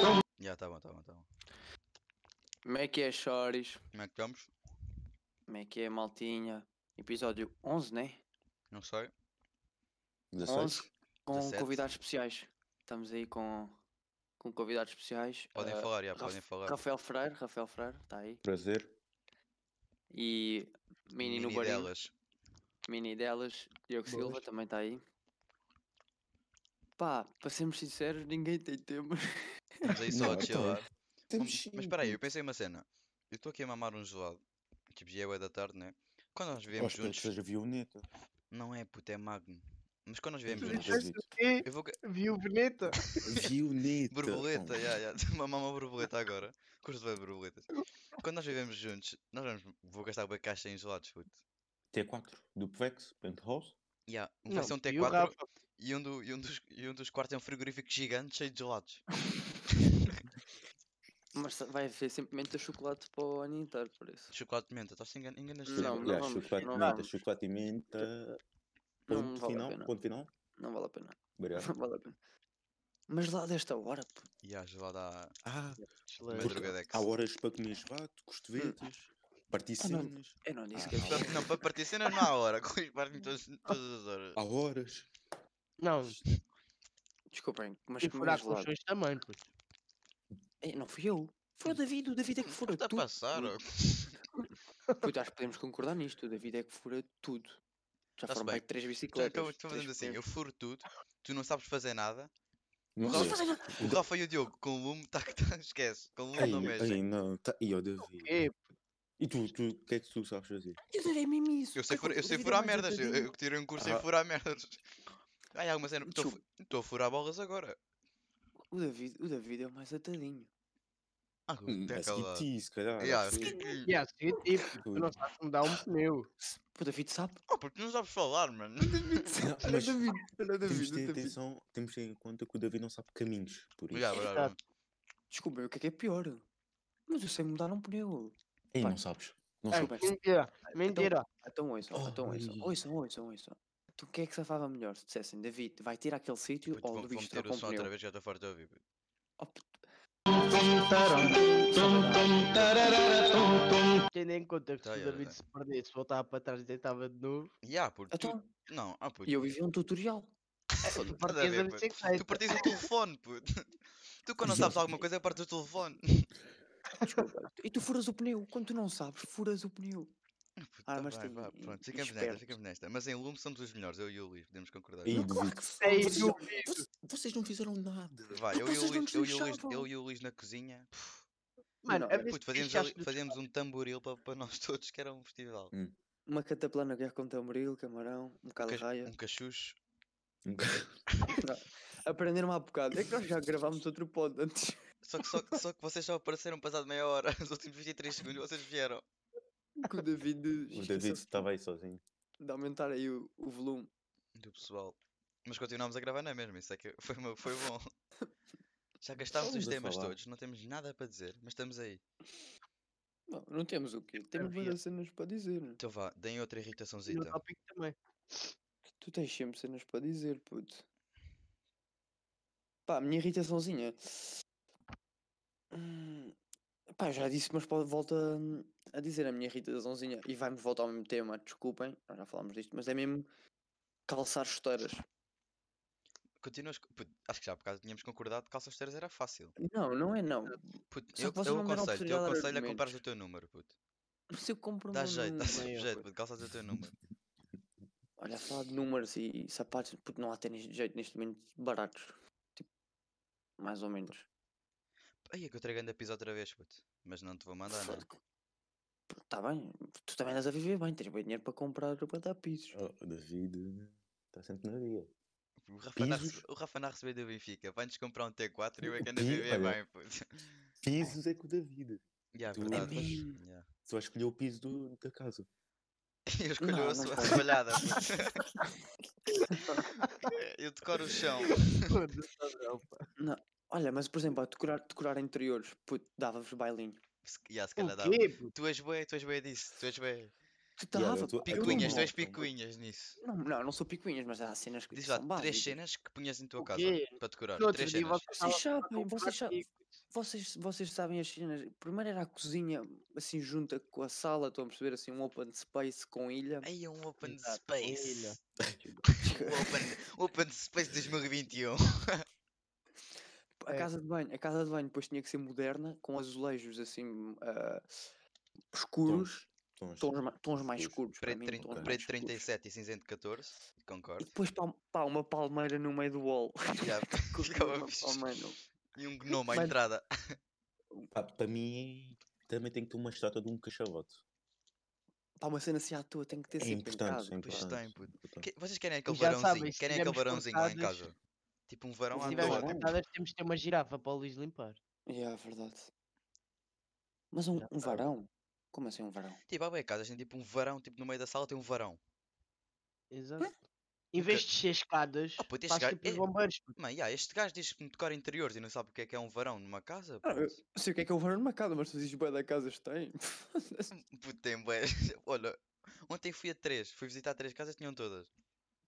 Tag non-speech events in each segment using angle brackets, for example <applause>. tá bom, tá bom, tá bom. Como é que é, Chores? Como é que estamos? Como é que é, Maltinha? Episódio 11, né? Não sei. 11 16. com 17. convidados especiais. Estamos aí com, com convidados especiais. Podem Ah, falar, já, Raf- podem falar. Rafael Freire, Rafael Freire, está aí. Prazer. E Mini, no barinho, delas. Mini delas, Diogo Boas. Silva também está aí. Pá, para sermos sinceros, ninguém tem temas. Estamos aí só Não, a então, chilar. Temos Mas- Mas cinco. espera aí, eu pensei uma cena. Eu estou aqui a mamar um gelado. Tipo, já é bué da tarde, né? Quando nós Eu viemos Acho que juntos. seja Vioneta. Não é, puto, é Magno. Mas quando nós viemos Tu juntos. disseste o quê? Eu vou. ca- Viu, Beneta? <laughs> Vioneta. Borboleta, já, <laughs> já. Mamar uma borboleta agora. Curso de borboletas. Quando nós vivemos juntos, nós vamos. Vou gastar uma caixa em gelados, puto. T4. Duplex. Penthouse. Ya, um Não, vai ser um e o T4 Rafa? e um, do- e um dos, e um dos quartos é um frigorífico gigante cheio de gelados. <laughs> Mas sa- vai haver simplesmente chocolate para o ano inteiro, por isso. Chocolate de menta, estás a engan- enganas Não, Sim, não aliás, vamos, chocolate não e menta. vamos. Chocolate e menta. Não Ponto vale a final. pena. Ponto final. Não vale a pena. Obrigado. <laughs> Não vale a pena. Mas lá desta hora, pô. E há gelado à Ah, uma porque drogadex. há horas para comer esvato, costevetas, particenas. Eu não disse Ah, que eu não. Ah, tinha. Portanto, Não, para partir cenas não há hora, com os partem todas, todas as horas. Há horas. Não, Desculpem, mas e que furar mais com os lado. seus também, puto. Ei, É, não fui eu. Foi o David, o David é que fura Está a tudo. passar, ó. Puta, acho que podemos concordar nisto. O David é que fura tudo. Já Tá-se foram bem. bem três Então, bicicletas. então, então três fazemos assim, eu coisas. furo tudo, tu não sabes fazer nada. Não Não sei. sei O Rafa e o Diogo, com o lume, tá, que tá, <laughs> esquece. Com o lume Ei, não mexem. ei, não. Tá... E, ó, Davi. É, E tu, tu, o que é que tu sabes fazer? Eu darei mesmo isso. Eu sei, Ai, fura- eu o sei David é furar mais merdas, eu, atadinho. eu tirei um curso Ah. em furar merdas. Ai, alguma cena. Estou a furar bolas agora. O David, o David é o mais atadinho. Ah, Hum, tem é aquela- skitty, se calhar. Ya, assim. e a seguir, tipo, tu Ui. não sabes mudar um pneu. O David sabe. <laughs> Ah, porque não sabes falar, mano. Não, mas Olha o temos David, de ter atenção, temos de ter em conta que o Davi não sabe caminhos, por isso. Ya, bro, Exato. bro. Desculpem, o que é que é pior? Mas eu sei mudar um pneu. Ei, Pá. não sabes. Não Ah, sou sabes. besta. mentira, mentira. Então ouçam, Oh, então ouçam, ui. ouçam, ouçam, ouçam. Tu o que é que safava melhor se dissessem, David, vai tirar aquele sítio Puto, ou vou- Vou Luís meter troca o um som outra pneu? vez que eu estou farto de ouvir. puto. Oh, puto, é Tendo em conta que se Tá, o ya, David tá. se perdesse, voltava para trás e tentava de novo. Ya, porque tu... Então, Não, ah, puto. e eu vivi um tutorial. foda-se, tu nada a É, partias ver, a puto. bicicleta. Tu partis o telefone, puto. <laughs> Tu quando não sabes alguma coisa, partes o telefone. <laughs> Desculpa. e tu furas o pneu. Quando tu não sabes, furas o pneu. Puto, Ah, tá mas bem, tu- vá, Pronto, ficamos nesta, espertos. ficamos nesta. Mas em lume somos os melhores, eu e o Luís, podemos concordar. Ei, Claro Davi, que sim. Ei, vocês, tu- não- vocês- vocês não fizeram nada. Vai, eu e, vocês o não Luís, nos eu, e o Luís, deixavam. eu e o Luís na cozinha. Mano, Não, a é vez Puto, que fazíamos, deixaste ali- no- fazíamos um tamboril para, <laughs> para nós todos, que era um festival. Uma cataplana guerra com tamboril, camarão, um Um, bocado de cach- raia. um cachucho. Aprenderam há bocado. É que nós já gravámos outro pod <laughs> antes. Só que, só, que- só que vocês só apareceram passado meia hora. <laughs> Nos últimos 23 segundos vocês vieram. Que o David O esqueceu David estava aí sozinho. de aumentar aí o, o volume. Do pessoal. Mas continuámos a gravar não é mesmo? Isso é que <laughs> foi, uma- foi <laughs> bom. Já gastámos os Estamos a temas falar. todos, não temos nada para dizer, mas estamos aí. Não, não temos o quê? Temos Havia. várias cenas para dizer. Então vá, deem outra e no irritaçãozita. tópico também. Tu tens sempre cenas para dizer, puto. Pá, a minha irritaçãozinha. Hum, Pá, já disse, mas pode, volto a- a, dizer a minha irritaçãozinha. E vamos voltar ao mesmo tema, desculpem, nós já falámos disto, mas é mesmo calçar chuteiras. Continuas. co- puto, acho que já por causa tínhamos concordado que calças esteiras era fácil. Não, não é não. Puto, Só eu, que vocês eu não me aconselho, eu deram oportunidade de dar aconselho a comprares o argumentos. teu número, puto. Mas se eu compro Dá uma jeito, dá numa- sempre eu, jeito, puto. puto, calças é o teu número. Olha, falar de números e, e sapatos, puto, não há tênis de jeito neste momento baratos. Tipo, mais ou menos. Ai, é que eu trago ainda piso outra vez, puto. Mas não te vou mandar, não. Está Tá bem, tu também estás a viver bem, tens bem dinheiro para comprar para dar pisos. Oh, o David está sempre na dia. O Rafa, não Pisos? rece- o Rafa não recebeu do Benfica. Vai-nos comprar um T4 e eu é que ainda Pi- viver olha. bem, puto. <laughs> Pisos é com o David. Ya, Tu- verdade. mesmo. Ya. <laughs> Tu vais escolher o piso do- da casa. Eu escolhi Não, a não sua pode. trabalhada. eu decoro o chão. Foda-se, Adrão, pá. <laughs> Olha, mas por exemplo, a decorar, decorar interiores, puto, dava-vos bailinho. Se- Ya, se calhar dá. O quê, puto? Tu és bué, tu és bué disso. Tu és bué. Tu Yeah, dava, eu tô- pá, eu não Picuinhas, tu és gosto, não gosto. picuinhas nisso. Não, não, não sou picuinhas, mas há cenas que Diz lá, são três básicas. cenas que punhas em tua O casa quê? para decorar. No outro Três dia cenas. vocês Vocês estavam a sabem, comprar vocês sabem. tickets. vocês, vocês sabem as cenas. Primeiro era a cozinha, assim, junta com a sala, estão a perceber, assim, um open space com ilha. Aí é um open Exato, com space. ilha. <laughs> Um open, open space 2021. A É. casa de banho, a casa de banho depois tinha que ser moderna, com azulejos, assim, ah, escuros, Tons. tons, ma- tons mais Escuros. escuros. para Preto, mim, trin- tons mais preto escuros. 37 e cinzento 14. E <laughs> Concordo. depois, pá, um, pá, uma palmeira no meio do <laughs> wall. Já, Com ficava uma fixe. palmeira. E um gnome à Mano. entrada. ah, Pá, para mim também tem que ter uma estátua de um cachalote. Pá, uma cena assim à toa, tem que ter É sempre em casa. importante, é Pois importante. está, puto. Que- Vocês querem aquele já varãozinho? sabes, se querem aquele tivermos varãozinho lá em cortadas- casa? Tipo um varão à Se tivermos tivermos toa. Andor. tipo- cortadas, temos de ter uma girafa para o Luís limpar. É, é verdade. Mas um, Já um sabe. varão? Como assim um varão? Tipo, há bem casas, tem tipo um varão, tipo no meio da sala tem um varão. Exato. Em vez de ser escadas, Ah, puto, este faz gajo- tipo os é- bombeiros. puto. Mano, yeah, este gajo diz que me tocar interiores e não sabe o que é que é um varão numa casa. Ah, eu Puto, sei o que é que é um varão numa casa, mas tu dizes bué da casas tem. Hum. Puto, tem bué. <laughs> Olha, ontem fui a três, fui visitar três casas, tinham todas. <laughs>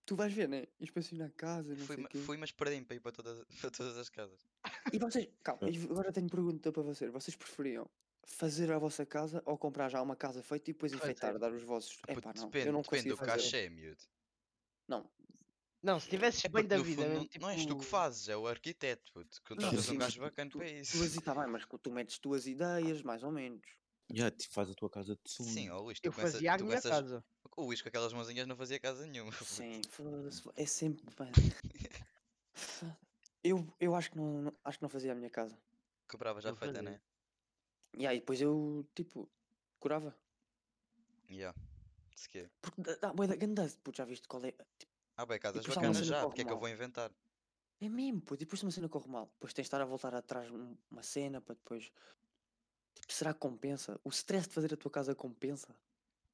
tu vais ver, né? Inspecionar a casa, não Fui, sei ma- o quê. fui, mas perdi para ir para todas, <laughs> para todas as casas. E vocês, calma, e agora tenho pergunta para vocês. Vocês preferiam fazer a vossa casa ou comprar já uma casa feita e depois Fazer. enfeitar, dar os vossos... Puto, Epá, não, depende, eu não depende consigo do que fazer. achei, miúdo. Não, se tivesses É bem porque da no vida. fundo mesmo, não, não és tu que tipo, fazes, é o arquiteto. Puto. Não, Contratas um sim, gajo sim, bacana tu- para isso. Tuas, tá bem, mas co- tu metes tuas ideias, mais ou menos. Já, te faz a tua casa de sonho. <laughs> Sim, ó Luís, tu Eu com, essa, fazia a tu com minha essas- casa. O Luís com aquelas mãozinhas não fazia casa nenhuma. puto. <laughs> Sim, foda-se, é sempre bem. Eu, eu acho, que não, não- acho que não fazia a minha casa. Quebrava já Eu feita, fazia. né? E aí depois eu, tipo, curava. Yeah. Se quê. Porque dá- dá bué da gandade, puto, já viste qual é? Tipo, Ah, bem, casas depois há uma bacanas cena já, que porque é que eu arrumava. vou inventar? é mesmo, puto, e depois se uma cena corre mal. Depois tens de estar a voltar atrás um- uma cena para depois... Tipo, será que compensa? O stress de fazer a tua casa compensa?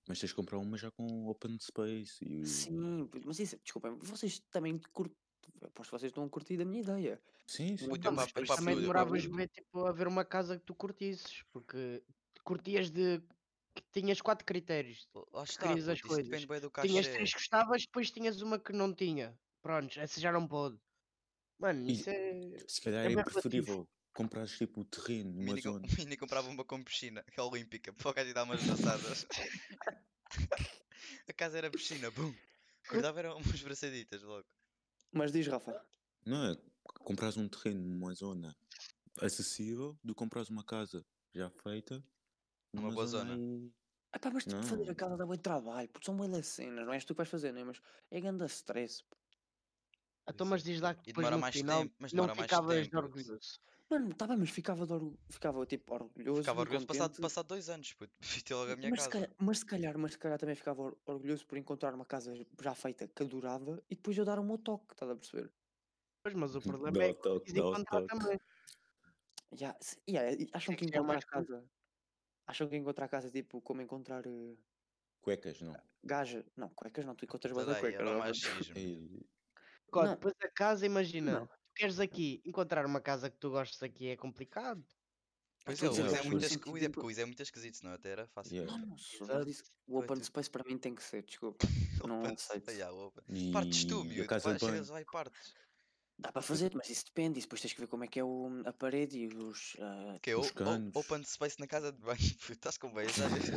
Mas tens de comprar uma já com open space e o- Sim, puto, mas isso, desculpem, vocês também curtem... Aposto que vocês estão a curtir da minha ideia. Sim, sim. Puto, Não, eu mas papo- depois papo também duro, demoravas papo duro. bem, tipo, a ver uma casa que tu curtisses, porque curtias de. que tinhas quatro critérios. Lá está, querias puto, as isso coisas. depende bem do Tinhas cachê. três que gostavas, depois tinhas uma que não tinha. Prontos, essa já não pôde. Mano, E- isso é. Se calhar é é, bem relativo. preferível comprares tipo o terreno numa Mini, com- <laughs> zona. mini comprava uma com piscina, que é olímpica, para o gajo ir dar umas braçadas. <laughs> a casa era piscina, bum. Acordava eram umas braçaditas logo. Mas diz, Rafa. Não é? Comprares um terreno numa zona acessível do que comprares uma casa já feita. Numa boa zona. aí- Ah pá, mas tipo, Hum. fazer a Não. casa dá muito trabalho, porque são muitas cenas, não és tu que vais fazer, né? Mas é grande stress. pô. Então, mas diz lá que E depois demora no mais final tempo, mas não demora mais ficavas tempo. orgulhoso. Mano, tá bem, mas ficava, de orgu- ficava tipo orgulhoso. Ficava e orgulhoso passado, contente, passado dois anos, puto. <laughs> Viste logo a minha mas, casa. Se calhar, mas se calhar, mas se calhar também ficava or- orgulhoso por encontrar uma casa já feita que adorava e depois eu dar o meu toque, estás a perceber? Pois, Hum, mas o Dá problema é o que toque, tens de dá o encontrar toque. também. Já, se- e é, e acham É que que é encontrar mais a casa. Acham que encontrar a casa é tipo como encontrar eh, Cuecas, não. gaja. Não, cuecas não, tu encontras Toda boa aí, cueca. era não é? <laughs> machismo. E- Agora, Não. depois a casa, imagina. Não. Tu queres aqui encontrar uma casa que tu gostes aqui é complicado. Pois é, Aquilo o que Luís eu é acho muito no esqui- o Luís é- sentido- porque o Luís é muito esquisito, senão até era fácil. yeah. Ah, Não, não, sou nada Exato. disso. o open Coitado. space para mim tem que ser, <laughs> desculpa. não Open- aceito. Ah, yeah, open. E Partes tu, a miúdo. casa vai- de banho. Chegas lá e partes. Dá para fazer, mas isso depende. Isso depois tens que ver como é que é o, a parede e os. ah, Que é o, Os o- canos. open space na casa de banho, <laughs> puto. Estás com bem, sabes?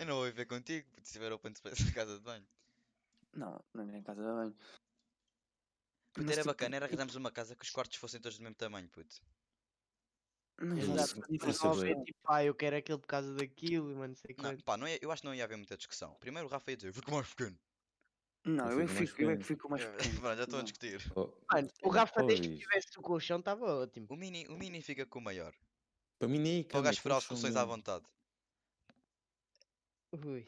Eu não vou viver contigo, puto, se tiver open space na casa de banho. não, não é em casa de banho. Puto, Mas, era tipo, bacana, era e- arranjarmos uma casa que os quartos fossem todos do mesmo tamanho, puto. Não, Exato, faço mas diferença. Mas isso é não bué. haver, tipo, ah, eu quero aquilo por causa daquilo, e mano, não sei Não, quanto. pá, não ia- eu acho que não ia haver muita discussão. Primeiro o Rafa ia dizer, vou mais pequeno. não, eu é que fica mais fico, eu é que pequeno. fico mais. pequeno. Pronto, já estou a Não. discutir. Oh, Mano, o Rafa, desde que pois. tivesse o colchão, estava ótimo. O mini, o mini fica com o maior. Para mim nem Para o cabe, gajo é furar as colchão funções à mesmo. vontade. Ui.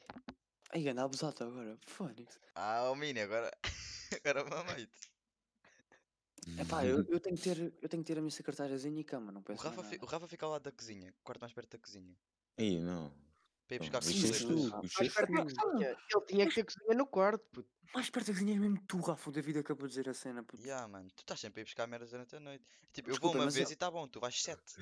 Ai, anda abusado agora. Fónix. Ah, o mini, agora. <laughs> agora mamãe-te. É <laughs> pá, eu, eu tenho que ter, eu tenho que ter a minha secretáriazinha e cama, Uhum. não O penso. Rafa, mais fi- o Ah, nada. Rafa fica ao lado da cozinha, quarto mais perto da cozinha. Aí, não. Para ir buscar Então, mas sim, coisas. isso és sim, depois. sim. Mas tu, isso és espera, não, tu. sabe o quê? ele tinha que ter cozinha no quarto, puto. Mais perto da cozinha é mesmo tu, Rafa, o David acabou de dizer a cena. puto. Ya, mano, tu estás sempre a ir buscar merdas durante a noite. Tipo, eu vou Desculpa, uma mas vez eu- e está bom, tu vais sete.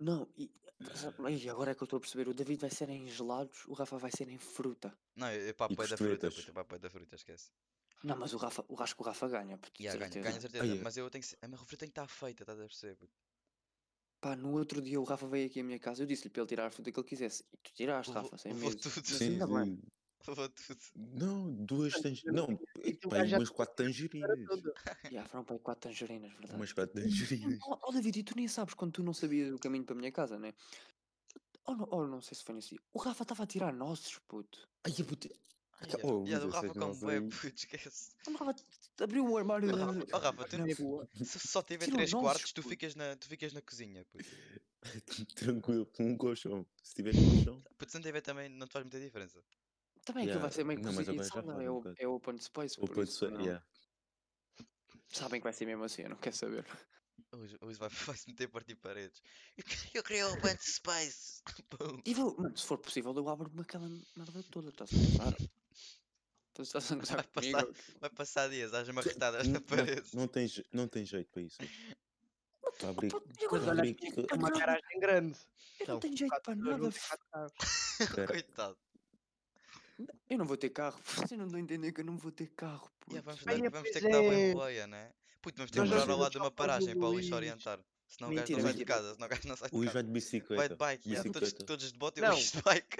Não, e sabe- ai, agora é que eu estou a perceber. O David vai ser em gelados, o Rafa vai ser em fruta. Não, eu, eu papo com é da fruta, estrelas. puto, eu papo é da fruta, esquece. Não, mas o Rafa, o, acho que o Rafa ganha. puto, de Yeah, ganha, ganha certeza. certeza. Aí é. Mas eu tenho que. se- A minha referência tem que estar feita, estás a perceber? puto? Pá, no outro dia o Rafa veio aqui à minha casa. Eu disse-lhe para ele tirar a foto que ele quisesse. E tu tiraste, Levou- Rafa, sem levou medo. tudo. <laughs> Mas ainda bem. sim. Levou tudo. Não, duas tangerinas. Não, E tu pá, aí já- umas quatro tangerinas. tudo. E há foram para aí quatro tangerinas, verdade. Umas quatro <laughs> tangerinas. Oh, oh, David, e tu nem sabes quando tu não sabias o caminho para a minha casa, né? Oh, não, oh, não sei se foi nesse dia. O Rafa estava a tirar nossos, puto. Ai, eu vou ter. Ai, Ca- é. oh, Yeah, do mas Rafa essas como novas bué, aí. puto, esquece. O Rafa abriu o armário Oh, da- Rafa- oh, Rafa, <laughs> tu- na é boa. Se só tiver Tiram três nós, quartos, tu puto. ficas, na, tu ficas na cozinha. Puto. <laughs> Tranquilo, com um colchão. Se tiver colchão. Puto, se não tiver também, não te faz muita diferença. Também aquilo vai Yeah, ser meio não, mas cozido e agora já sala, fala é, um o- bocado. é open space. Ou por pode isso ser. não- é? yeah. Sabem que vai ser mesmo assim, eu não quero saber. Hoje, hoje vai, <laughs> vai se meter a partir paredes. Eu queria- Eu queria um o Bunch Space. <laughs> Pum. E vou, mano, se for possível, eu abro-me aquela merda toda, estás a notar? Tu Estás a notar Vai comigo? passar- Vai passar dias às marretadas Não- <laughs> na não- parede. Não, tem, je- não tem jeito para isso. <laughs> Para abrir. Opa, e agora Para olha abrir aqui, que- eu Uma não- garagem grande. Eu não Então, tenho jeito quatro para pessoas nada. num carro. espera. Coitado. Eu não vou ter carro. <laughs> Vocês não estão a entender que eu não vou ter carro, puto. Yeah, vamos, Ai, ter, é, vamos ter pois que dar é. bem boleia, né? Puto, vamos ter que Nós já morar ao fomos lado de ao carro uma do paragem para o lixo Luís. orientar. Senão o gajo não Mentira, sai de mentira. casa. Senão o gajo não sai O de Luís casa. vai de bicicleta. Vai de bike, yeah, todos, bicicleta. todos de bote e o Não. Luís de bike.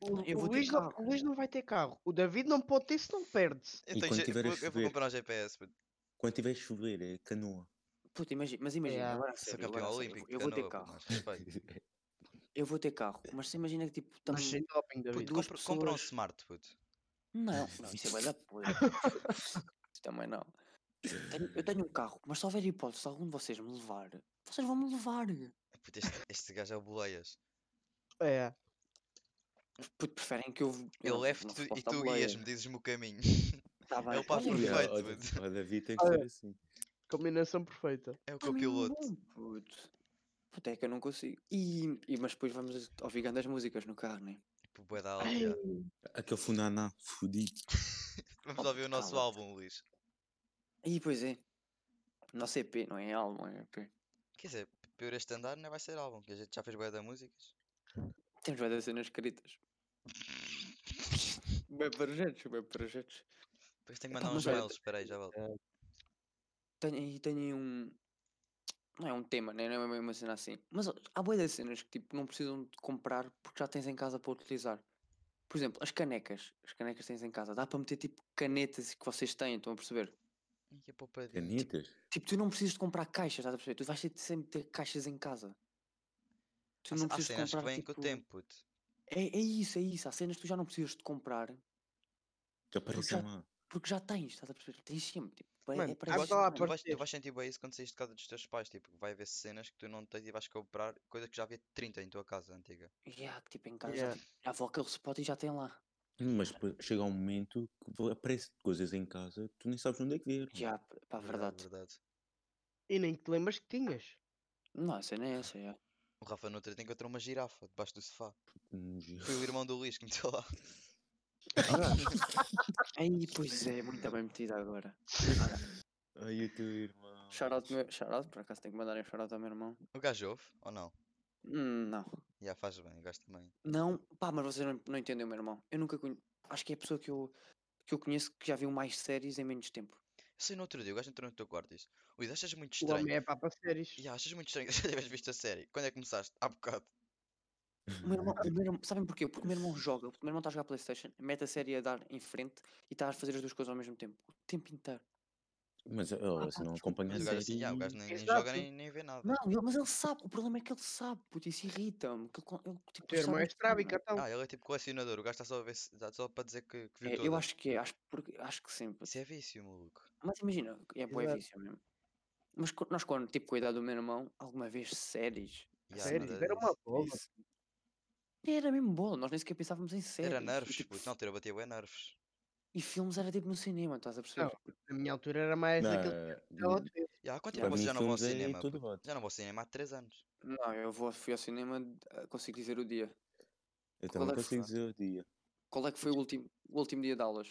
O, Eu o vou ter Luís não, carro. o Luís não vai ter carro. O David não pode ter se não perde. Eu, E tenho quando G- tiver a vou, eu vou chover? comprar um GPS. puto. Quando tiver chover, é canoa. <laughs> Puto, imagina, mas imagina, Yeah. agora a Sou sério, agora campeão a sério, eu olímpico. vou- eu vou da ter noa, puto, carro. mas respeito. Eu vou ter carro, mas você imagina que tipo, Mas estamos. sem doping, Puto, David. duas compra, compra um pessoas. smart, puto. Não, não, isso é bué da podre, puto. Isso Também não. Tenho- eu tenho um carro, mas se houver hipótese de algum de vocês me levar, vocês vão me levar. Puto, este, este gajo é o boleias. É. Mas, puto, preferem que eu. Eu levo não te é e resposta tu boa, guias-me, dizes-me o caminho. Tá bem. o passo Olha, perfeito. Yeah, olha, puto. olha, David tem que Ah, Olha. é. ser assim. Combinação perfeita. É o tá bem copiloto. bom, puto. Puto, é que eu não consigo. E, e- mas depois vamos ouvir grandes músicas no carro, né? Tipo, bué da Ai, alta. Aquele funaná, fudido. Vamos ouvir o nosso cala-te. álbum, Luís. E pois é. Nosso EP, não é álbum, é EP. Quer dizer, pior este andar não vai ser álbum, que a gente já fez bué da músicas. Temos várias cenas escritas. Bem projetos, bem projetos. Depois tenho que Epá, mandar uns mas olha, mails, espera aí, já volto. Tenho, e tenho aí um. Não é um tema, né? não é bem uma cena assim. Mas ó, há boas cenas que tipo, não precisam de comprar porque já tens em casa para utilizar. Por exemplo, as canecas. As canecas que tens em casa. Dá para meter tipo canetas que vocês têm, estão a perceber? Ai, que é poupadinho. Canitas? Tipo, tu não precisas de comprar caixas, estás a perceber? Tu vais ter de sempre ter caixas em casa. Tu Há não ce- há precisas de cenas que comprar. vêm com o tipo, tempo, puto. É, é isso, é isso. Há cenas que tu já não precisas de comprar Já parece já- uma. porque já tens, estás a perceber? Tens sempre. Tipo, é- Mano, é tu Tu para Acho vais, que não há tu, vais, tu parceiro. vais sentir bem isso quando saís de casa dos teus pais, tipo, vai haver cenas que tu não tens e vais comprar coisas que já havia 30 em tua casa antiga. Yeah, que tipo, em casa Yeah. já, tipo, já vou aquele spot e já tem lá. Mas depois chega um momento que vo- aparece coisas em casa, tu nem sabes onde é que vieram. Já, pá, verdade. É verdade. E nem te lembras que tinhas. Não, a cena é essa, já. O Rafa no outro dia encontrou uma girafa debaixo do sofá. Um gi- Foi o irmão do Luís que meteu lá. <laughs> Ah, Aí, pois é, muito bem metida <laughs> agora. Ai, o teu irmão. Shoutout, meu... shoutout, por acaso tenho que mandar um shoutout ao meu irmão. O gajo ouve ou não? Hum, não. Já faz bem, o gajo também. Não, pá, mas vocês não, não entendem o meu irmão. Eu nunca conheço. Acho que é a pessoa que eu, que eu conheço que já viu mais séries em menos tempo. Eu sei no outro dia, o gajo entrou no teu quarto e disse: Luís, achas muito O homem estranho. é pá para séries. Já, achas muito estranho <laughs> que já tiveres visto a série. Quando é que começaste? Há bocado. O meu irmão, o meu irmão- sabem porquê? Porque o meu irmão joga, o meu irmão está a jogar Playstation, mete a série a dar em frente e está a fazer as duas coisas ao mesmo tempo. O tempo inteiro. Mas ó, se não acompanha a Mas o gajo assim, série. já, o gajo nem, nem Exato. joga nem, nem vê nada. Não, ele- mas ele sabe, o problema é que ele sabe, puto, isso irrita-me. que ele co- ele, O tipo, teu irmão sabe é de tudo. estrábico, então. Ah, ele é tipo colecionador, o gajo está só a ver, se- está só para dizer que, que viu É, todas. eu acho que é, acho, porque, acho que sim. puto. Isso é vício, maluco. Mas imagina, é boa Exato. vício mesmo. Mas co- nós, quando, tipo, com a idade do meu irmão, alguma vez séries. Já, sério, tipo, nada era uma disso. bola. isso- Era mesmo bola, nós nem sequer pensávamos em séries. Era e, nerfs, tipo, puto. Na altura eu batia bem nerfs. e filmes era tipo no cinema, estás a perceber? Na minha altura era mais Não, daquele. Não, não, outra vez. Já, há quanto tempo Yeah. para vocês mim, já não vão ao filmes é cinema? tudo puto? bate. Já não vou ao cinema há 3 anos. Não, eu vou, fui ao cinema, ah, consigo dizer o dia. Eu Qual é também que consigo foi? dizer o dia. Qual é que foi o último, o último dia de aulas?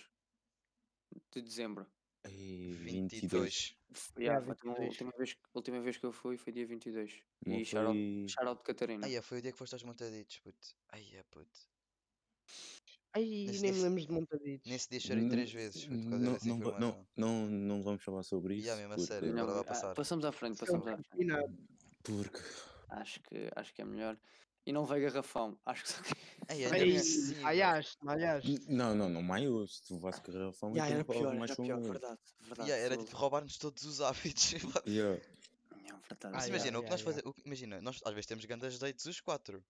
De dezembro. Ei, 22. 22. F- yeah, Ah, foi a 22. última vez, a última vez que eu fui foi dia 22. Não e shoutout foi- shoutout de Catarina. Ai, é, foi o dia que foste aos montaditos, puto. Ai, é, puto. Ai, Nesse- nem me nesse- lembro de montaditos. Nem se deixarei Não- três vezes. por causa Não, dessa não, va- informação. não, não, não vamos falar sobre isso. Ya, mesmo a sério, é porque- agora vai ah, passar. passamos à frente, São passamos à frente. combinados. Porque. Acho que, acho que é melhor. E não veio garrafão. <laughs> Acho que só que. Ai, Ai, ainda por Ai, cima. Malhaste, malhaste. Não, não, não, Maio, se tu vais carregar a fome, Ya, tu era não falas pior, mais era sobre pior, ele. verdade. verdade Ya, era fogo. tipo roubar-nos todos os <laughs> hábitos. Ya, Ya, é um verdade. Ah, Mas ya, imagina, o que ya, nós ya. fazemos. Imagina, nós às vezes temos grandes dates os quatro.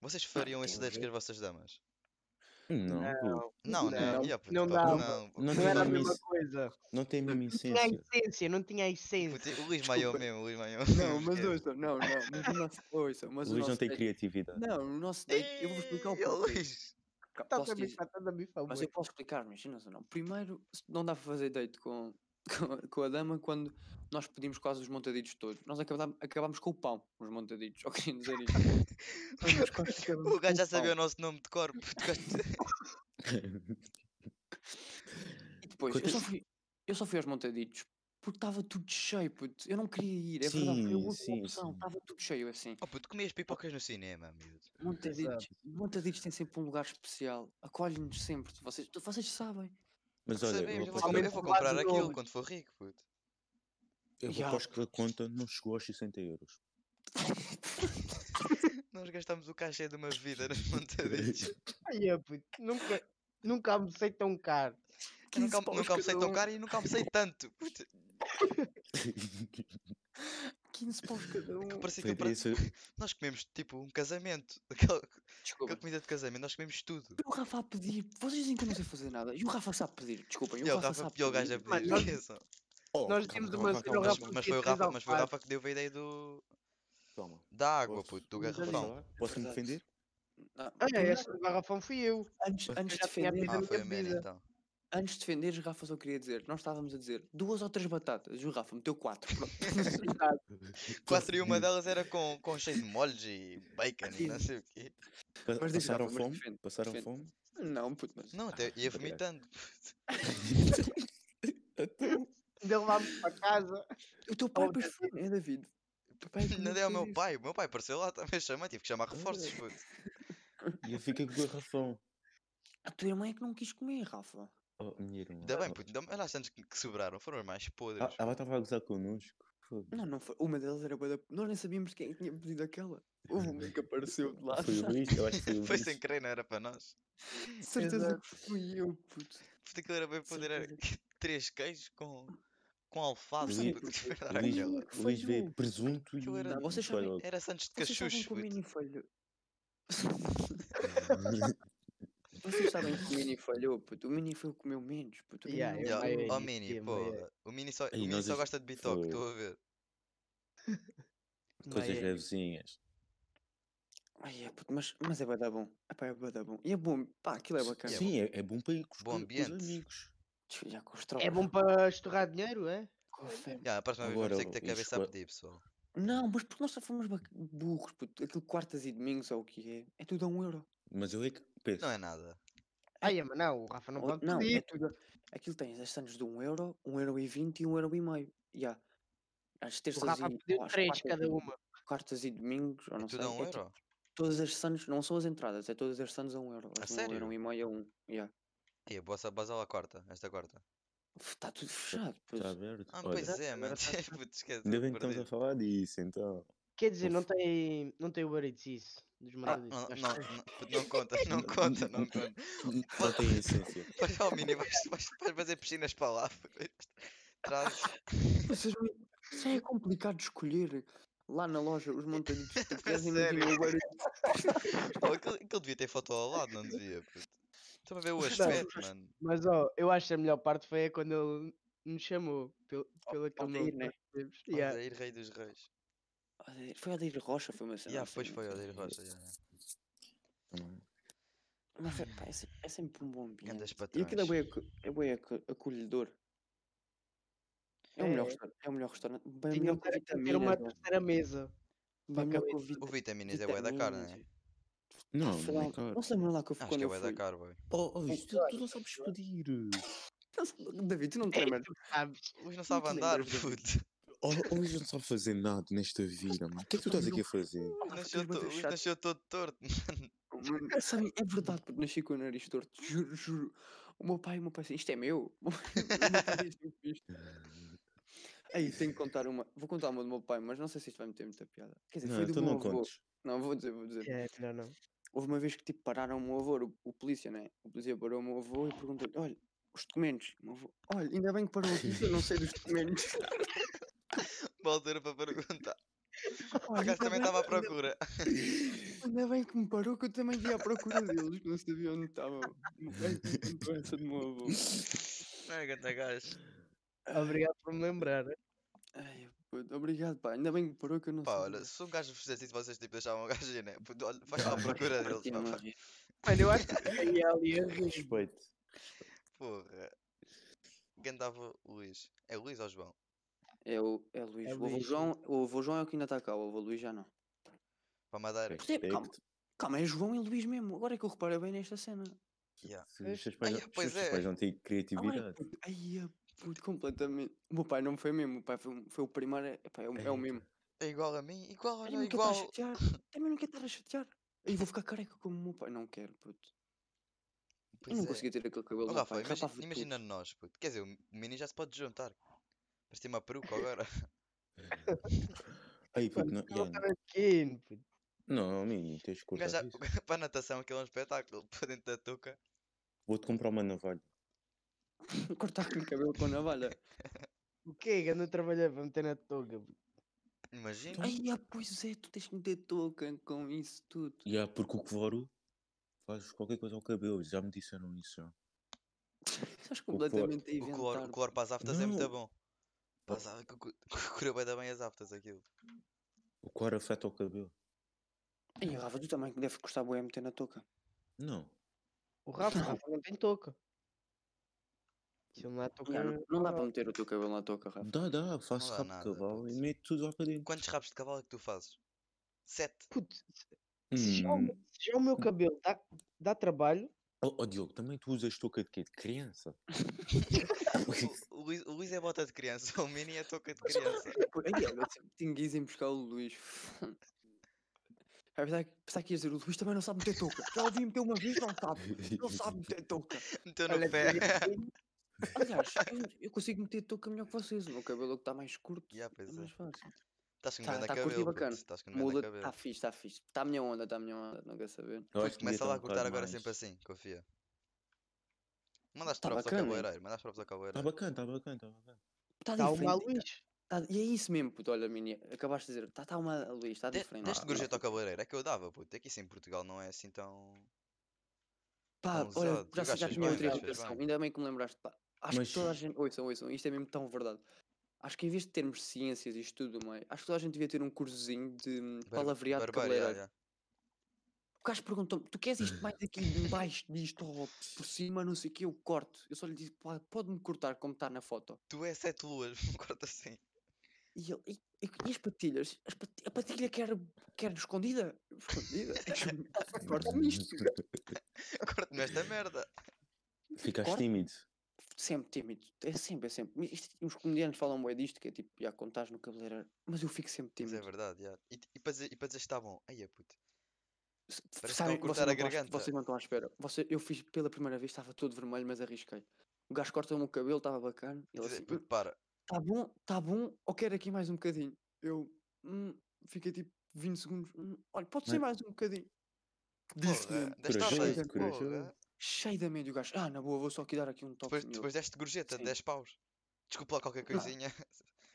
Vocês fariam esse tem a date com ver. as vossas damas? Não, pô, Não, né? Não, Ya, puto, não pá, dava. não, Não Não era a tinha mesma isso. coisa. não tem a mesma Não tinha a essência. essência, não tinha a puto, essência. O Luís Maior Desculpa. mesmo, o Luís Maior. <laughs> Não, <laughs> esquece. é. mas ouça, não, não, mas o nosso, ouça, mas o Luís não nosso tem é date- <laughs> criatividade. Não, o nosso date, eu vou explicar o Ei, porquê. <laughs> Luís. Cá, Estás posso a dizer- bifar, estás a bifar. mas bué. eu posso explicar, imagina ou não. Primeiro, se não dá para fazer date com, <laughs> com, a- com a dama quando nós pedimos quase os montaditos todos. Nós acabámos, acabámos com o pão, os montaditos, <laughs> ou queria dizer isto. Nós nós <laughs> quase acabámos O gajo com já sabia pão. o nosso nome de corpo. Tu gostas- E depois, eu só, fui, eu só fui aos montaditos porque estava tudo cheio, puto. Eu não queria ir, é verdade, foi a Sim, última sim, opção. sim. Estava tudo cheio assim. Oh, puto, comias pipocas no cinema, miúdo. Montaditos, Exato. Montaditos tem sempre um lugar especial. Acolhem-nos sempre. Vocês, vocês sabem. Mas olha, eu Sabemos, é eu vou- aposto que- Aumenta eu vou o lado comprar do aquilo homem. quando for rico, puto. eu Ya. aposto que a conta não chegou aos 60 euros. <laughs> Nós gastamos o cachê de uma vida nas montaditas. Ai, é, puto, nunca, nunca almocei tão caro. Eu 15 nunca, paus nunca almocei cada tão um. caro e nunca almocei tanto. Puto, 15 paus cada um. que parecia que Foi eu pra- <laughs> isso. nós comemos tipo um casamento. <laughs> Aquela, Desculpa. aquela comida de casamento, nós comemos tudo. O Rafa a pedir. Vocês dizem que eu não sei fazer nada. E o Rafa sabe pedir. Desculpem. E é o Rafa e o gajo a pedir. pedir. Mano, nós- <laughs> esqueçam. Oh, Nós calma, temos calma, uma- calma, o Mas, Rafa tinha mas foi o calma, três Rafa, mas foi o alfaces. Rafa que deu a ideia do, calma. da água, Posso- puto, do Posso Posso garrafão. falar? Posso me verdade. defender? é Ah, Olha, primeiro, esse garrafão fui eu. antes, já antes de tinha defender, pedido. Ah, é minha foi o Mena vida. então. antes de defenderes, Rafa só queria dizer. Nós estávamos a dizer duas ou três batatas. E o Rafa meteu quatro. <laughs> Pronto. Quatro e uma Hum. Hum, delas era com, com cheio de molhos e bacon e não sei o <laughs> quê. Pa- Mas diz, Passaram Rafa, mas fome? defende, Passaram defende. <laughs> fome? não, puto, mas. Não, até ia obrigado. <laughs> vomitando. <laughs> Ainda levámos para casa. O teu pai Oh, depois foi, né, David? O teu pai é <laughs> que Não me dei ao fez meu isso. pai, o meu pai apareceu lá também, <laughs> chamei, tive que chamar Ah, reforços, puto. E eu fiquei com o garrafão. A tua irmã é que não quis comer, Rafa. Oh, minha irmã. Ainda bem, puto, ainda bem, olha as tantas que que sobraram, foram as mais podres. Ah, Ela estava a gozar connosco. Fogo. Não, não foi. Uma delas era boa da. Nós nem sabíamos quem é que tinha pedido aquela. Houve uma que apareceu de lá. Foi o Luís, eu acho que foi <laughs> o Foi Luís. sem querer, não era para nós. De <laughs> certeza que fui eu, puto. Puto, aquilo era bem poder, era <laughs> três queijos com, com alface, Luís- puto. <laughs> Era Luís- aquela. O Luís veio Falhou. presunto e... Aquilo era- Não, vocês e foi sabem- <laughs> logo. Era Santos de Vocês sabem Cachucho, que o puto. mini falhou. é Vocês sabem que o mini falhou, puto. O mini foi o que comeu menos, puto. O mini Yeah, não Ya, yeah, yeah, comeu nada. ó yeah. Mini, yeah, pô, yeah. o Mini só, o Ei, Mini nós só es- gosta de Bitoque, foi- estou a ver. Coisas Mas é- levezinhas. Ai, é, puto, mas, mas é bué da bom. Epá, é bué da bom. E é bom, pá, aquilo é bacana. Sim, é, é bom para ir com os, Bom com os ambiente. amigos. Tch, já com os trocos, É bom para estorrar dinheiro, é? com a fé. Ya, a próxima vez vamos Agora ter que ter os cabeça a qua- pedir, pessoal. Não, mas porque nós só fomos bac- burros, puto. Aquilo quartas e domingos ou o que é. É tudo a um euro. Mas eu é que penso. Não é nada. Ai, é, mas não, o Rafa não Ou- pode não, é pedir. tudo. Aquilo tens as sandes de 1 euro, 1 euro e 20 e 1 euro e meio. Já. Às O terças Rafa e ou pediu às três quartas, cada e- uma. quartas e domingos, ou não Tu sei. dá um é tipo, euro? todas as sandes, não são as entradas, é todas as sandes a 1 euro. A As de 1 euro sério? e meio a 1. Já. E a bossa basal à quarta, esta quarta. Está tudo fechado. pois. Está aberto. Ah, Olha, pois é, mano. <laughs> Puto, esquece. ainda bem que perdi. estamos a falar disso, <laughs> então. Quer dizer, não tem, não tem o Uber Eats isso. Dos Ah, mandaditos. não, não, Acho que- não, puto, não <laughs> conta, não Não- conta, não não- conta. Só tem a essência. Olha ao mini, vais, vais, vais fazer piscinas para lá. puto. Traz. Vocês não- Isso é complicado de escolher. Lá na loja, os montaditos <laughs> que tu queres e não sério? tinham Uber Eats. Oh, aquilo, aquilo devia ter foto ao lado, não devia, puto. Estão a ver o Não, aspecto, mano. <laughs> Mas ó, eu acho que a melhor parte foi é quando ele nos chamou. Pelo, pelo aquele Aldair, nome que né? nós temos. Olha Yeah. aí, rei dos reis. Aldair- Foi a Deir Rocha, foi uma cena. Já, assim, pois foi, não sei. Odeir Rocha. já, já. Mas é, pá, é se- é sempre um bom Grandes ambiente. E aquilo é patrões. bem, acu- é bem acu- acolhedor. É o melhor restaurante. É o melhor restaurante. Bem melhor um Tínhamos que o um era ter uma Vitaminas. ó, terceira mesa. Bem melhor que o O Vita- vitaminas é bué da cara, Vitaminas. né? Não, Foi não lá- é caro. Não se lembram lá que eu fui Acho tipo, quando que é eu bué da fui. cara, boy. Oh, oh, um isto, claro. tu não sabes pedir. David, tu <laughs> não te É, <laughs> lembras. Tu sabes. Luís <laughs> não sabe te andar, lembras, David? puto. Oh, hoje não sabe fazer nada nesta vida, mano. O que é que tu estás aqui a fazer? Nasceu to- Luís nasceu todo torto. <laughs> O mano. Sabe, é verdade, porque nasci com o nariz torto. Juro, juro. O meu pai, o meu pai assim, isto é meu. <laughs> O meu pai disse-me isto. Aí, tenho que contar uma. Vou contar uma do meu pai, mas não sei se isto vai meter muita piada. Quer dizer, Não, foi do então meu não avô. contes. Não, vou dizer, vou dizer. É, melhor não. Houve uma vez que tipo pararam o meu avô, o, o polícia, né? O polícia parou o meu avô e perguntou-lhe: olha, os documentos. O meu avô, olha, ainda bem que parou aqui, eu não sei dos documentos. Voltando para perguntar. Por Olha, acaso também ainda estava à bem- ainda- procura. <laughs> <laughs> Ainda bem que me parou que eu também ia à procura deles, que não sabia onde estavam. Ai, que doença tipo, do meu avô. Ai, ganda gajo. Obrigado por me lembrar. Ai, puto, obrigado, pá. Ainda bem que parou que eu não Pá, sabia. olha, se um gajo fizesse isso, vocês tipo deixavam o <laughs> gajo ir, né? Puto, Olha, vais lá à procura deles, Partia-me a pá. rir. Mano, eu acho que fiquei ali a rir. Respeito. Porra. Gandava Luís. É Luís ou João? É o é Luís. É o, avô Luís. João, o avô João é o que ainda está cá, o avô Luís já não. Para Madeira. Porquê? Calma. Respeito. Calma, é João e Luís mesmo. Agora é que eu reparei bem nesta cena. Se os teus pais Ai, não- se pois os teus é. pais não têm Ai, criatividade. puto, ai, é puto, completamente. O meu pai não foi mesmo, o pai foi, um- foi o primeiro. é- epá, é, o- é o Ei, mesmo. É igual a mim? Igual, Eu olha, não quero estar a igual. chatear. Também não quero estar a chatear. Aí vou ficar careca como o meu pai. Não quero, puto. Eu Pois não é. consegui ter aquele cabelo. Oh, do meu Rafa, pai, imagi- rapava imagina, tudo. nós, puto. Quer dizer, o menino já se pode juntar. Parece ter uma peruca agora. <laughs> Ai, puto, não, Eu vou yeah, estar aqui, puto. não, menino, tens de O cortar gajo já- isso. para a natação, aquilo é um espetáculo. Para dentro da touca. Vou-te comprar uma navalha. <laughs> Cortar aquele cabelo com a navalha. O quê? Que ando a trabalhar para meter na toga. puto. Imagina. Ai, ah, pois é, tu tens que meter touca com isso tudo. Yeah, porque o Kvoro faz qualquer coisa ao cabelo. Já me disseram isso. já. Estás cloro- completamente a O cloro, inventar. o cloro para as aftas é muito Não. bom. Para as aftas, <laughs> cu- cu- cura bem, bem as aftas aquilo. O Kvoro afeta o cabelo. E Rafa, tu também deve custar boé meter na touca. Não. O Rafa, o Não. Rafa não tem toca. Se ele não há toca. Ya, não, não dá para meter o teu cabelo na touca, <laughs> Rafa. Dá, dá. Faço dá rabo de nada, cavalo e puto. meto tudo lá para dentro. Quantos rabos de cavalo é que tu fazes? Sete. Puto, se já, o Hum. meu- se já o meu cabelo dá, dá trabalho, Oh, oh, Diogo, também tu usas touca de quê? De criança? <laughs> O, o Luís, o Luís é bota de criança, <laughs> o Mini é touca de Mas agora- criança. Pô, Aí, olha, sempre tinha que ir em buscar o Luís. Vai pensar, que- pensar que ias dizer, o Luís também não sabe meter touca. Já ouvi meter uma vez, não sabe. Não sabe meter touca. <laughs> Meteu olha, no pé. Aliás, eu, eu consigo meter touca melhor que vocês. O meu cabelo é que está mais curto. Ya, pois É é. mais fácil. Estás com um Tá- grande tá curto e cabelo. puto, bacana. Estás com um grande Muda, tá. está cabelo. fixe, está fixe. Está a minha onda, está a minha onda, não quer saber. Eu acho Puto, que devia Começa estar lá a um cortar bocado agora mais. sempre assim, confia. Mandaste Tá provas ao bacana, hein? cabeleireiro, mandaste provas ao Está cabeleireiro. Tá bacana, está bacana, está bacana. <laughs> Está dá diferente. tá uma luz. tá- e é isso mesmo, puto. Olha, Mini, acabaste de dizer, está tá uma Luís, está De- diferente. Ah, Deste gorjeta ao cabeleireiro, é que eu dava, puto. É que isso em Portugal não é assim tão. Pá, Tão olha, usado. Tu já, sei- já gastas tinha bem, outra gastas educação, bem. ainda bem que me lembraste, pá. Acho Mas- que toda a gente. Ouçam, ouçam, isto é mesmo tão verdade. Acho que em vez de termos ciências e estudo, mãe, acho que toda a gente devia ter um cursozinho de hum, Bar- palavreado de barbeiro, cabeleireiro. já, já. O gajo perguntou-me: tu queres isto mais aqui em baixo disto ou por cima, não sei o que, eu corto. Eu só lhe disse: pá, pode-me cortar como está na foto. Tu é sete luas, <laughs> corta assim. E, ele, e, e, e as patilhas? As pat- a patilha quer, quer escondida? Escondida? <laughs> Corta-me Hum. isto. <laughs> Corta nesta merda. Ficaste Corta. tímido. sempre tímido. É sempre, é sempre. Mas isto- os comediantes falam bem disto, que é tipo, já contás no cabeleireiro. Mas eu fico sempre Mas tímido. é verdade, já. E, e para dizer, e para dizer que está bom. Aí é puto. S- Parece que estão sabem- a cortar não a estão à es- garganta. vocês não estão à espera. Você, eu fiz pela primeira vez, estava todo vermelho, mas arrisquei. O gajo corta-me o cabelo, estava bacana. Ele Dizer, assim, puto, para. tá bom, tá bom, ou quero aqui mais um bocadinho? Eu hum, fiquei tipo 20 segundos. Hum, olha, pode ser Mas- mais um bocadinho. Disse Porra, mesmo. deste corajoso, azeite, corajoso. porra. Cheio da média o gajo. Ah, na boa, vou só aqui dar aqui um toque. Depois, depois deste gorjeta, Sim. 10 paus. Desculpa lá qualquer coisinha.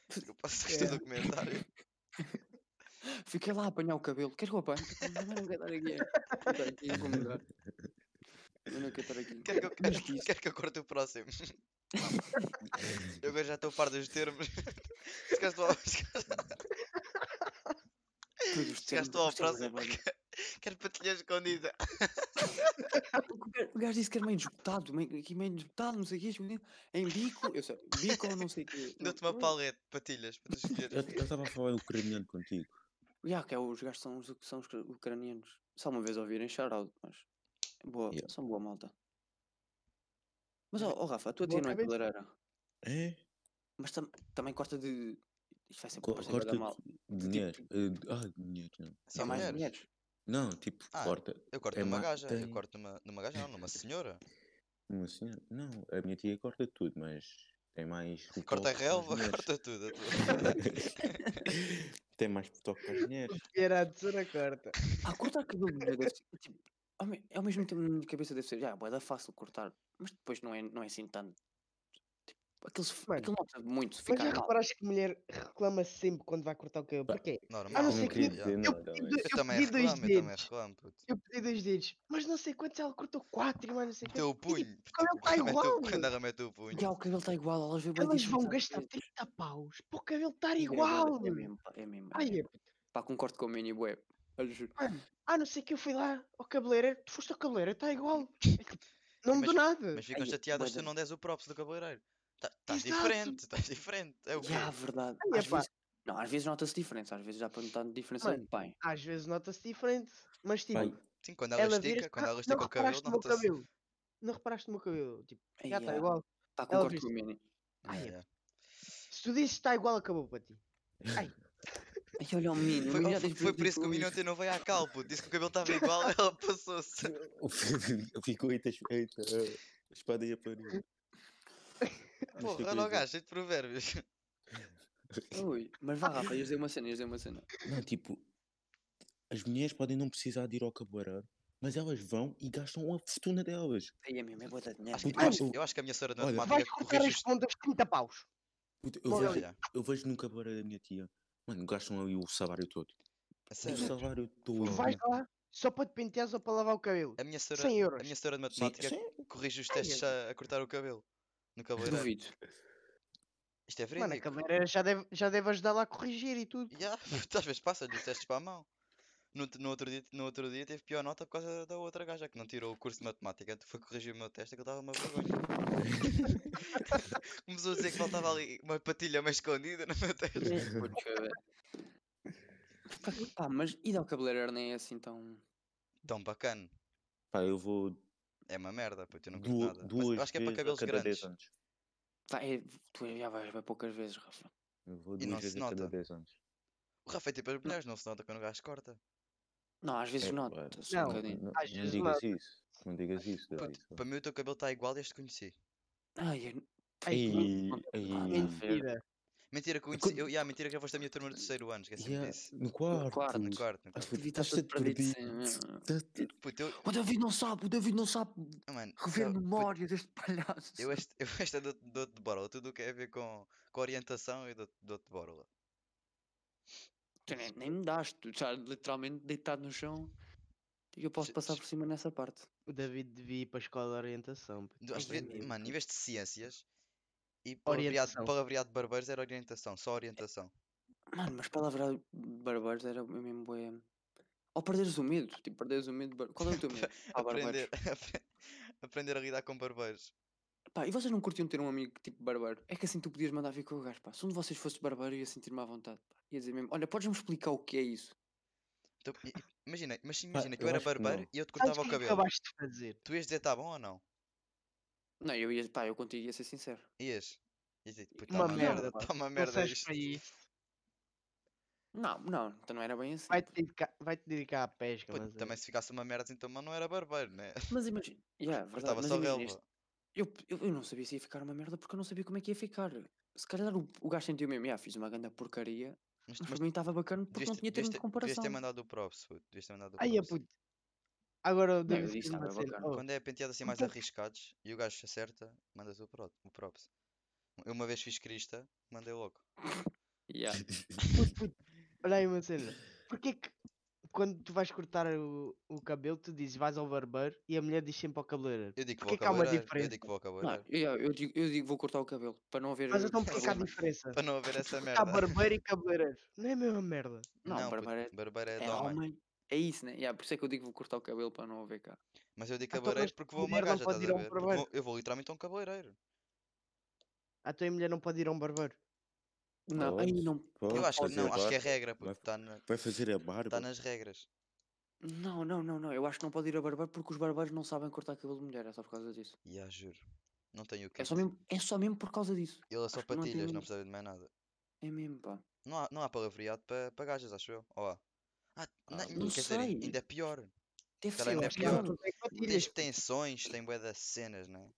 Desculpa <laughs> se É. gostei do comentário. Fiquei lá a apanhar o cabelo. Queres que eu apanhe? Tipo, Não, não quero estar aqui. a- Não quero estar aqui a incomodar. Eu não quero estar aqui. Quer que eu, Mas disse. quer que eu corte o próximo? eu agora já estou a par dos termos. <laughs> Chegaste lá, chegaste- Todos os chegaste termos- lá ao os termos é próximo. <laughs> válido. Quero patilha escondida. Ah, O gajo- O gajo disse que era meio desbotado, meio, aqui meio desbotado, não sei o quê, escondido, em bico, eu sei, bico ou não sei <laughs> o quê. Dou-te uma palete, patilhas, para tu Eu escolheres. eu estava a falar ucraniano contigo. Já, que é, os gajos são, os- são os ucra- ucranianos. Só uma vez ouvirem shoutout, mas. Boa, Yeah. são boa malta. Mas, ó Mas- ó, Rafa, a tua boa tia não é cabeça. cabeleireira. É? Mas tam- também corta de. Isto vai ser Co- corta corta mal. tipo de dinheiro. Eh, Ah, dinheiro não. Só é mais mulheres. mulheres. Não, tipo, Ah, corta. Eu corto É numa ma- gaja, eu tem- corto numa, numa gaja, não, numa senhora. Uma senhora. Não, a minha tia corta tudo, mas tem mais. Corta a retoque para as relva, <laughs> mulheres. corta tudo. a tua. <laughs> tem mais toque para as mulheres. Era a tesoura corta. Ah, cortar cabelo de mulher deve ser, tipo, ao, me- ao mesmo tempo na minha cabeça deve ser, já, é fácil cortar, mas depois não é, não é assim tanto. Tipo, aquilo, se f- Mano, aquilo não precisa muito, Mas fica já mal. reparaste que mulher reclama sempre quando vai cortar o cabelo? Pá, Porquê? Normal. Ah, não Eu sei não que normal, queria já. dizer Eu eu nada, pedi mas- dois- também pedi dois reclamo, eu também dedos. reclamo, puto. Eu pedi dois dedos, mas não sei quantos ela cortou quatro, mas não sei Meteu o quantos. E, tipo, punho. o cabelo tá Mete o- igual. Quando ela mete o punho. Já, o cabelo está igual, elas vêm bué Elas dias vão cortar gastar cabelo. 30 paus para o cabelo estar É, igual. É mesmo, pá, é mesmo. é Ai, mesmo. é Pá, concordo com o Mini Bué. Olha, juro. Ah, não sei que eu fui lá ao cabeleireiro. Tu foste ao cabeleireiro, está <laughs> igual. É que Não mudou nada. Mas ficam Ai, chateadas se bué tu da- não des o props do cabeleireiro. Tá- Estás Exato. diferente, estás diferente. É o quê? Já, verdade. Ai, Às epá. vezes, não, às vezes nota-se diferença, às vezes já para notar diferença Mano, de bem. Às vezes nota-se diferente, mas tipo, Pai, Sim, quando ela, ela estica, vira quando ela não estica o cabelo, reparaste no meu nota-se. cabelo. Não reparaste no meu cabelo. Tipo, Ai, já está já. igual. Pá, concordo vira-se- com o Mini. Ai, Yeah, é. yeah. Se tu dizes está igual, acabou para ti. Ai, olha o Mini. o Foi, Mini oh, já foi- tens foi por isso que o Mini isso. ontem não veio à cal, puto. Disse que o cabelo estava igual, ela passou-se. <laughs> Ficou eita, eita, a espada e a parede. Porra, não gajo, de provérbios. Ui, mas vá, Rafa, ias dizer uma cena, ias dizer uma cena. Não, tipo, as mulheres podem não precisar de ir ao cabeleireiro, mas elas vão e gastam a fortuna delas. Aí é mesmo, é bué de dinheiro. Acho que, Puto, eu, olha, acho, eu- eu acho que a minha senhora de olha, matemática Vais cortar corrige as pontas 30 paus. Puta, Eu Bom, vejo, olha, eu vejo no cabeleireiro da minha tia, mano, gastam ali o salário todo. a O sério, salário Tu todo. vais lá só para te pentear ou para lavar o cabelo. a minha senhora, 100 a euros. minha senhora de Sim, matemática sim, corrige os Ai, testes ai, a, a cortar o cabelo no cabeleireiro. Duvido. Isto é Mano, a verídico. cabeleireira já deve, já deve ajudar lá a corrigir e tudo. <laughs> Ya, puto, às vezes passa-lhe os testes para a mão. No, outro- no outro dia, no outro dia teve pior nota por causa da outra gaja que não tirou o curso de matemática. Foi corrigir o meu teste, que eu dava uma vergonha. Começou a dizer que faltava ali uma patilha meio escondida no meu teste. Porque, pá, mas ir ao cabeleireiro nem é assim tão. Tão bacana. Pá, eu vou É uma merda, puto, eu não curto du- nada. Mas eu duas acho que é para vezes cabelos a cada 10 grandes. anos. Pá, é- tu já vais bem poucas vezes, Rafa. Eu vou não duas se vezes a cada nota. 10 anos. O Rafa é tipo as mulheres, não se nota quando o gajo corta. Não, às vezes É, não. pá, só um não. bocadinho. não, às não vezes digas isso. Não digas isso, David. Pronto, para mim o teu cabelo está igual desde que conheci. Ai, eu- é Ai, que Ei, Ah, ei, mentira. mentira. Mentira, que eu Eu conheci. con- Eu, yeah, mentira que já foste a minha turma do terceiro ano, esqueci yeah, disso. no quarto. quarto. No quarto, no Ai, quarto. puto, David está estás todo perdido sem- Estás- <laughs> Puto, eu. O David não sabe, o David não sabe Ah, Mano, rever eu- puto, memória deste palhaço. eu é este, <laughs> eu este dou-te dou de borola. Tudo o que é a ver com, com orientação, é eu dou- dou-te de borola. Tu nem, nem me daste, tu estás literalmente deitado no chão. E eu posso Se- passar se- por cima nessa parte. O David devia ir para a escola de orientação. puto. Du- às Devia ve- mesmo. Mano, em vez de ciências e palavreado, Orientação. palavreado de barbeiros era orientação, só orientação. Mano, mas palavra barbeiros era mesmo boé. Ou perderes o medo, tipo, perderes o medo. de bar- Qual é o teu medo? Ah, barbeiros. Aprender, <laughs> apre- aprender a lidar com barbeiros. Pá, e vocês não curtiam ter um amigo tipo barbeiro? É que assim tu podias mandar vir com o gajo, pá. Se um de vocês fosse barbeiro, eu ia sentir-me à vontade. Pá. Ia dizer mesmo, olha, podes-me explicar o que é isso? Então, i- i- imagina, mas sim, Pá, imagina que eu eu era acho que barbeiro não. e eu te Sabes que cortava o é que cabelo. acabaste de fazer? Tu ias dizer tá bom ou não? Não, eu ia, pá, eu contigo ia ser sincero. Ias. Ias dizer, "Puta, Uma uma merda, merda, pá. tá uma Não merda sabes isto. para isso. Não, não, então não era bem assim. Vai-te dedicar, vai -te dedicar à pesca. Puto, mas é- também se ficasse uma merda então mas não era barbeiro, né? Mas imagina, <laughs> yeah, verdade, Cortava mas só imagina relva. este- eu, eu, eu não sabia se ia ficar uma merda porque eu não sabia como é que ia ficar. Se calhar o, o gajo sentiu mesmo, yeah, fiz uma grande porcaria, Mas, mas mas para mim estava bacana <laughs> porque não devias, tinha devias termo de ter, devias comparação. ter mandado o props, puto. Devias ter mandado o Ai, é props. puto. Agora o Não, eu David disse, fez uma estava cena. bacana. Oh, Quando é penteados assim mais Então- arriscados e o gajo acerta, mandas o, pro, o props. Eu uma vez fiz crista, mandei logo. Yeah. puto, puto, Oh, Olha aí uma cena. Porquê que quando tu vais cortar o, o cabelo, tu dizes vais ao barbeiro e a mulher diz sempre ao cabeleireiro? Eu digo que Porquê vou que há uma acabar. Eu diferença? digo que vou acabar. Não, eu, eu digo, eu digo vou cortar o cabelo para não haver. Mas é então porquê que há problema. diferença? Para não haver essa Há merda. barbeiro e cabeleireiro. Não é a mesma merda. Não, Não, puto, barbeiro é- barbeiro é de É homem. homem. É isso, né? Yeah, por isso é que eu digo que vou cortar o cabelo para não haver cá. Mas eu digo Então, mas cabeleireiro porque vou a uma mulher não gaja, pode estás ir a a um ver? Porque barbeiro. vou- eu vou literalmente a um cabeleireiro. A tua mulher não pode ir a um barbeiro. Não, aí Podes, não. podes Eu acho que fazer não, acho que é barba. regra, puto. Vai- Está na, Vai fazer a tá barba. nas regras. Não, não, não, não. Eu acho que não pode ir a barbeiro porque os barbeiros não sabem cortar cabelo de mulher, é só por causa disso. E ah, juro. Não tenho o que. É só mesmo, é só mesmo por causa disso. Ele é só acho que não tem patilhas, não mesmo. precisa de mais nada. É mesmo, pá. Não há, não há palavreado para pa gajas, acho eu. Ó, Ah, Ah, nem- não quer dizer, ai- sei. ainda é pior. Caralho, Deve ser ainda lá é pior. pior. Tens tensões, tem bué das cenas, né?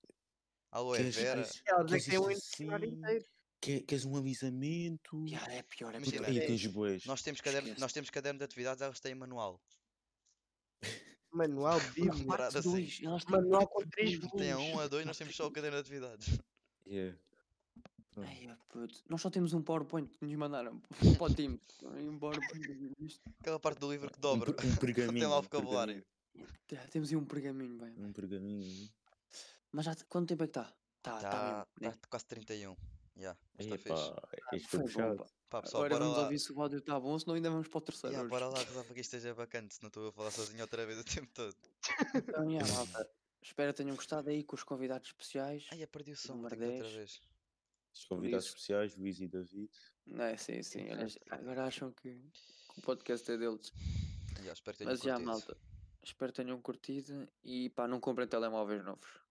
Aloe Queres- vera. queres- Elas é queres que têm um isto dicionário assim? inteiro. Que- Queres um avisamento? Yeah, é pior, é Imagina, pior. Aí tens boés. Nós temos, caderno, Esquece. nós temos caderno de atividades, elas têm manual. Manual Uma bíblico. parada parte assim. dois, elas têm Manual parte com três dois. Tem a volumes. 1, a 2, nós temos só o caderno de atividades. <laughs> Yeah. Pronto. Ai, ah, puto. Nós só temos um PowerPoint que nos <laughs> mandaram para o time. Um PowerPoint. isto. Aquela parte do livro que Um dobra. per- <laughs> Um pergaminho. lá o um vocabulário. Já, Temos aí um pergaminho, bem. pergaminho, Um pergaminho. Mas já, quanto tempo é que está? Está, está Tá, mesmo. né? tá quase 31. Já, está Aí, tá fixe. pá, Foi isto foi bom, puxado. pá. Pá, pessoal, Agora bora vamos lá. ouvir se o áudio está bom, senão ainda vamos para o terceiro. Yeah, hoje. bora <laughs> lá rezar para que isto esteja bacana, se não estou a falar sozinho outra vez o tempo todo. Então, yeah, malta. Espero que tenham gostado aí com os convidados especiais. Ai, eu perdi o som, Número tenho que ir outra 10. vez. Os convidados isso. especiais, Luís e David. Não é, sim, sim. olha, festa. agora acham que que o podcast é deles. Já, espero que tenham Mas já, curtido. malta. Espero que tenham curtido e pá, não comprem telemóveis novos.